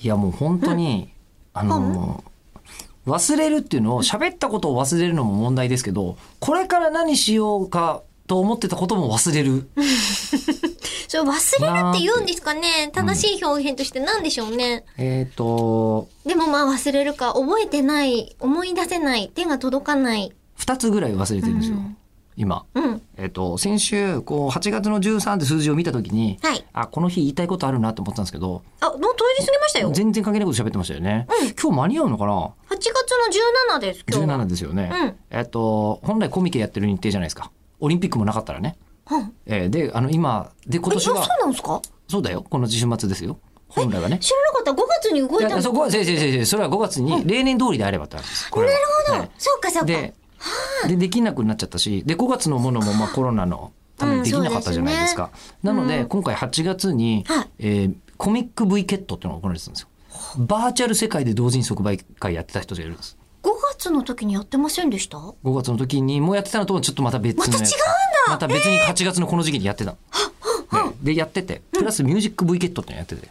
いやもう本当に、あの忘れるっていうのを喋ったことを忘れるのも問題ですけどこれから何しようかと思ってたことも忘れるそれ忘れるって言うんですかね正しい表現として何でしょうね、えっ、とでもまあ忘れるか覚えてない思い出せない手が届かない2つぐらい忘れてるんですよ、うん今。うんえっと、先週こう8月の13って数字を見た時に、はいあこの日言いたいことあるなと思ったんですけどあもう通り過ぎましたよ8全然関係ないこと喋ってましたよね、今日間に合うのかな月の17です今日は17ですよね、うんえっと本来コミケやってる日程じゃないですかオリンピックもなかったらね、はえーであの今で今えあ年そうはなんですかそうだよこの週末ですよ本来はね知らなかった5月に動いいやたのそこはせいせいせいせいそれは5月に例年通りであればってあるんですこれはなるほど、はいそうかそうかででできなくなっちゃったしで5月のものもまあコロナのためにできなかったじゃないですか、なので、今回8月に、はいえーコミック V ケットっていうのが行われてたんですよバーチャル世界で同時に即売会やってた人がいるんです5月の時にやってませんでした5月の時にもうやってたのとはちょっとまた別のやつまた違うんだまた別に8月のこの時期にやってたの、ねでやっててプラスミュージック V ケットっていうのやってて、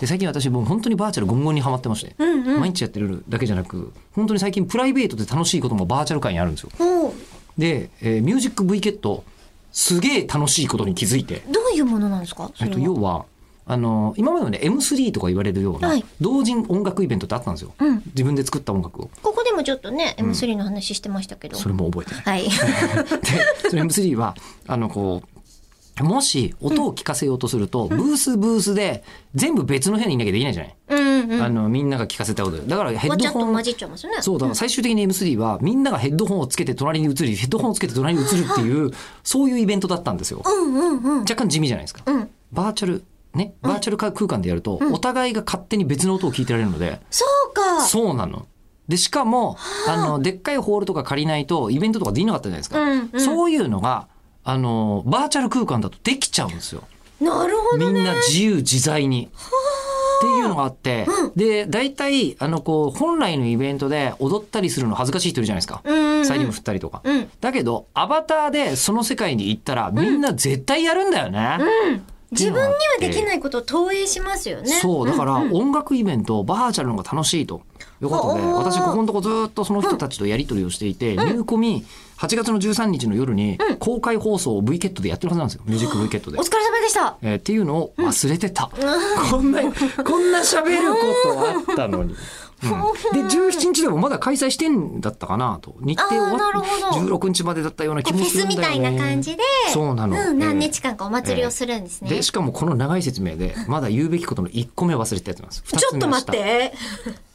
で最近私もう本当にバーチャルゴンゴンにハマってまして、うんうん毎日やってるだけじゃなく本当に最近プライベートで楽しいこともバーチャル界にあるんですよおうで、えーミュージック V ケットすげえ楽しいことに気づいて、どういうものなんですかえそれっは、と、要はあの今までのね M3 とか言われるような、はい同人音楽イベントってあったんですよ、うん自分で作った音楽をここでもちょっとね M3 の話してましたけど、それも覚えてないはい でその M3 はあのこうもし音を聞かせようとすると、ブースブースで全部別の部屋にいなきゃできないじゃない、うんうんあのみんなが聞かせたことでだからヘッわちドゃっホとン混じっちゃいますよねそうだから最終的に M3 はみんながヘッドホンをつけて隣に移りヘッドホンをつけて隣に移るっていうそういうイベントだったんですようんうんうん若干地味じゃないですかうんバーチャルねバーチャル空間でやるとお互いが勝手に別の音を聞いてられるのでそうかそうなのでしかもあのでっかいホールとか借りないとイベントとかできなかったじゃないですか、うんうんそういうのがあのバーチャル空間だとできちゃうんですよなるほみどんねな自由自在に。っていうのがあって、で大体あのこう本来のイベントで踊ったりするの恥ずかしい人いるじゃないですか、うんうんうんサイリウム振ったりとか、うんだけどアバターでその世界に行ったらみんな絶対やるんだよね、自分にはできないことを投影しますよねそうだから音楽イベントバーチャルの方が楽しいということでおー私ここのとこずっとその人たちとやり取りをしていて入込み8月の13日の夜に公開放送を V ケットでやってるはずなんですよミュージック V ケットでお。疲れ様でしたえーっていうのを忘れてた、こんなこんな喋ることあったのに。うんで17日でもまだ開催してんだったかなと日程あー終なわるほどっ16日までだったような気こうフもェするスんだみよねたいな感じでそうなのん、何ええ日間かお祭りをするんですね、でしかもこの長い説明でまだ言うべきことの1個目忘れてやってますちょっと待二っつ目の下て